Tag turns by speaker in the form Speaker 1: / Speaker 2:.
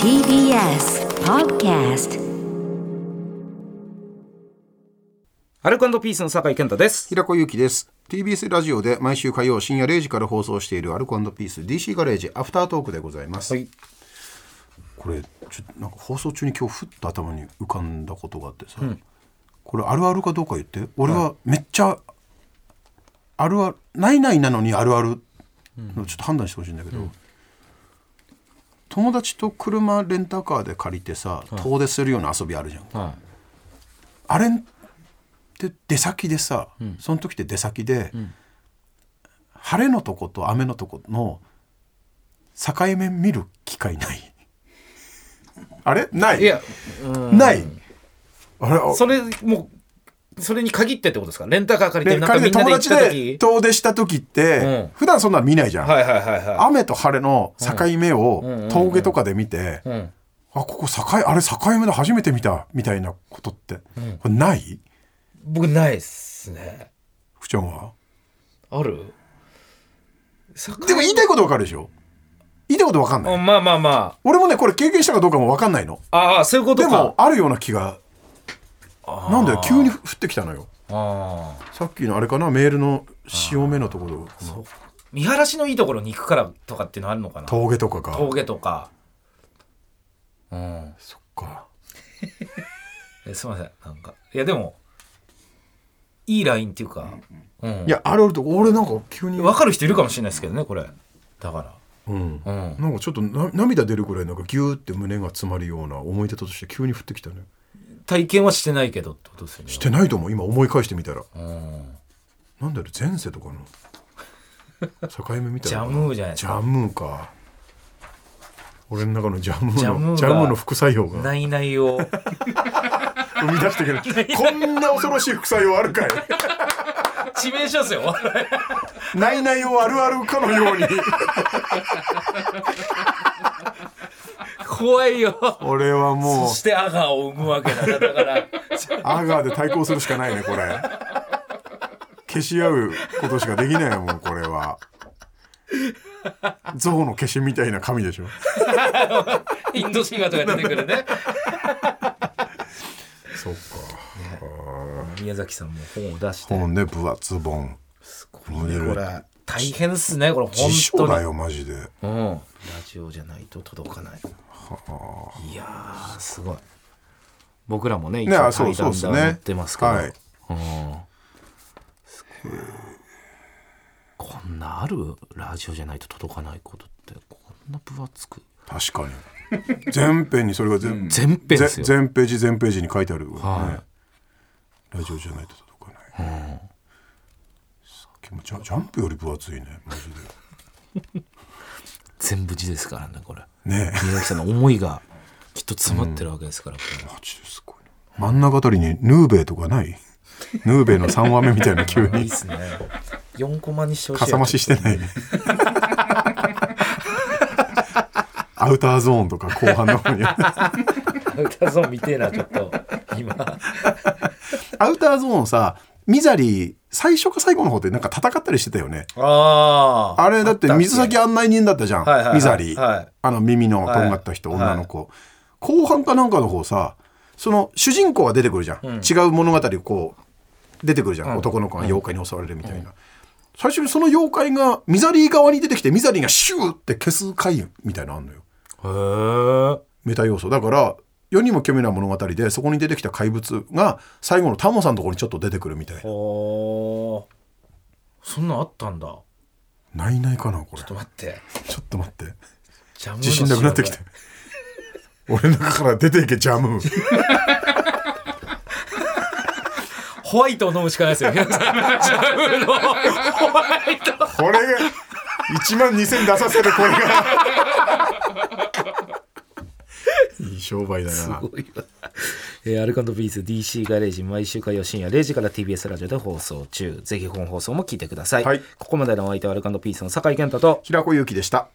Speaker 1: TBS Podcast
Speaker 2: アルコピースの酒井健太です。
Speaker 3: 平子祐希です TBS ラジオで毎週火曜深夜0時から放送しているアルコピース DC ガレージアフタートークでございます、
Speaker 2: はい
Speaker 3: これちょなんか放送中に今日ふっと頭に浮かんだことがあってさ、これあるあるかどうか言って俺はめっちゃあるあるないないなのにあるあるのちょっと判断してほしいんだけど、友達と車レンタカーで借りてさ遠出するような遊びあるじゃん、
Speaker 2: は
Speaker 3: あれって出先でさ、その時って出先で、晴れのとこと雨のとこの境目見る機会ない あれない
Speaker 2: いや、
Speaker 3: ないあれあ
Speaker 2: それ、もう、それに限ってってことですかレンタカー借りて、
Speaker 3: で
Speaker 2: なんか
Speaker 3: 仮
Speaker 2: み
Speaker 3: に
Speaker 2: んなで
Speaker 3: 友
Speaker 2: 行った
Speaker 3: 達で
Speaker 2: 時
Speaker 3: 遠出した時って、
Speaker 2: うん
Speaker 3: 普段そんなん見ないじゃん、
Speaker 2: はいはいはいは
Speaker 3: 雨と晴れの境目を峠とかで見て、
Speaker 2: い。うん。
Speaker 3: あここ境あれ境目で初めて見たみたいなことって、これない
Speaker 2: 僕、ないっすね。
Speaker 3: 福ちゃんは
Speaker 2: ある境
Speaker 3: でも言いたいことわかるでしょ言いたいことわかんない、
Speaker 2: うんまあまあま
Speaker 3: 俺もねこれ経験したかどうかもわかんないの
Speaker 2: あ。ああ、そういうこと
Speaker 3: で
Speaker 2: か。
Speaker 3: もあるような気が
Speaker 2: あー
Speaker 3: なんだよ急に降ってきたのよ
Speaker 2: あー
Speaker 3: さっきのあれかなメールの潮目のところこの
Speaker 2: 見晴らしのいいところに行くからとかっていうのあるのかな
Speaker 3: 峠とかか
Speaker 2: 峠とか。うん。
Speaker 3: そっか
Speaker 2: えすいません。なんか。いや、でも、いいラインっていうか。うん
Speaker 3: い。やあれあると俺なんか急に
Speaker 2: わかる人いるかもしれないですけどね、これ。だか
Speaker 3: うん
Speaker 2: ら。うん。
Speaker 3: なんかちょっとな涙出るぐらいなんかギューって胸が詰まるような思い出として急に降ってきたね
Speaker 2: 体験はしてないけどってことですよね。
Speaker 3: してないと思う今思い返してみたら
Speaker 2: うん。
Speaker 3: なんだろう前世とかの境目みたい
Speaker 2: ジ
Speaker 3: な
Speaker 2: ャ
Speaker 3: のかな
Speaker 2: ムーじゃないです
Speaker 3: ジ
Speaker 2: か。
Speaker 3: ャムーか。俺の中のジャム
Speaker 2: ジャ
Speaker 3: ー
Speaker 2: ムー
Speaker 3: の
Speaker 2: が
Speaker 3: ジャムーの副作用が
Speaker 2: ないないを。
Speaker 3: 生み出してくる。 こんな恐ろしい副作用あるかい。
Speaker 2: 致命傷ですよ。
Speaker 3: ないないをあるあるかのように。
Speaker 2: 怖いよ。
Speaker 3: 俺はもう
Speaker 2: そしてアガーを生むわけだ。だから、
Speaker 3: アガーで対抗するしかないねこれ。消し合うことしかできないよもうこれは。ゾウの化身みたいな神でしょ。
Speaker 2: インドシガーとか出てくるね。
Speaker 3: そっか。
Speaker 2: 宮崎さんも本を出して。
Speaker 3: 本ね分厚本。胸
Speaker 2: こ
Speaker 3: が
Speaker 2: れ、大変っすね、これ、本
Speaker 3: 辞書
Speaker 2: 当
Speaker 3: だ
Speaker 2: に。
Speaker 3: よマジで。
Speaker 2: うん。ラジオじゃないと届かない。いやー、すごい。僕らもね、一
Speaker 3: ね
Speaker 2: 応
Speaker 3: あそう
Speaker 2: 対談
Speaker 3: そ
Speaker 2: で
Speaker 3: うっす
Speaker 2: は
Speaker 3: ね
Speaker 2: やってますけど。
Speaker 3: はい
Speaker 2: うんこんなあるラジオじゃないと届かないことってこんな分厚く
Speaker 3: 確かに。全編にそれが全部。
Speaker 2: 全編ですよ
Speaker 3: ぜ全ページ全ページに書いてある、ね
Speaker 2: は
Speaker 3: ラジオじゃないと届かない、さっきもジャジャンプより分厚いねマジで
Speaker 2: 全部字ですからねこれ
Speaker 3: ねえ
Speaker 2: 宮崎さんの思いがきっと詰まってるわけですから、これ
Speaker 3: マジですごいな真ん中あたりにヌーベイとかないヌーベイの3話目みたいな急
Speaker 2: いい
Speaker 3: に
Speaker 2: っすね4コマにしてほしい
Speaker 3: かさ増ししてないアウターゾーンとか後半の方に ア
Speaker 2: 歌像見てえなちょっと今
Speaker 3: ウターゾーンさミザリー最初か最後の方でなんか戦ったりしてたよね
Speaker 2: あ
Speaker 3: あれだって水先案内人だったじゃん、
Speaker 2: はいはいはい
Speaker 3: ミザリー、
Speaker 2: はい
Speaker 3: あの耳のとんがった人、
Speaker 2: はい
Speaker 3: 女の子、後半かなんかの方さその主人公は出てくるじゃん、違う物語こう出てくるじゃん、男の子が妖怪に襲われるみたいな、最初にその妖怪がミザリー側に出てきてミザリーがシューって消す回みたいなのあんのよ
Speaker 2: へえ
Speaker 3: メタ要素だから世にも奇妙な物語でそこに出てきた怪物が最後のタモさんのところにちょっと出てくるみたいな
Speaker 2: おそんなんあったんだちょ
Speaker 3: ないないかなこれ
Speaker 2: っと待って
Speaker 3: ちょっと待って
Speaker 2: ジャムの
Speaker 3: 自信なくなってきて俺の中から出ていけジャム
Speaker 2: ホワイトを飲むしかないですよ。 皆さんジャムのホワイト。
Speaker 3: これが1万2000出させるこれが いい商売だな
Speaker 2: えー、アルカンドピース DC ガレージ毎週火曜深夜0時から TBS ラジオで放送中。ぜひ本放送も聞いてください。
Speaker 3: はい
Speaker 2: ここまでのお相手はアルカンドピースの酒井健太と
Speaker 3: 平子祐希でした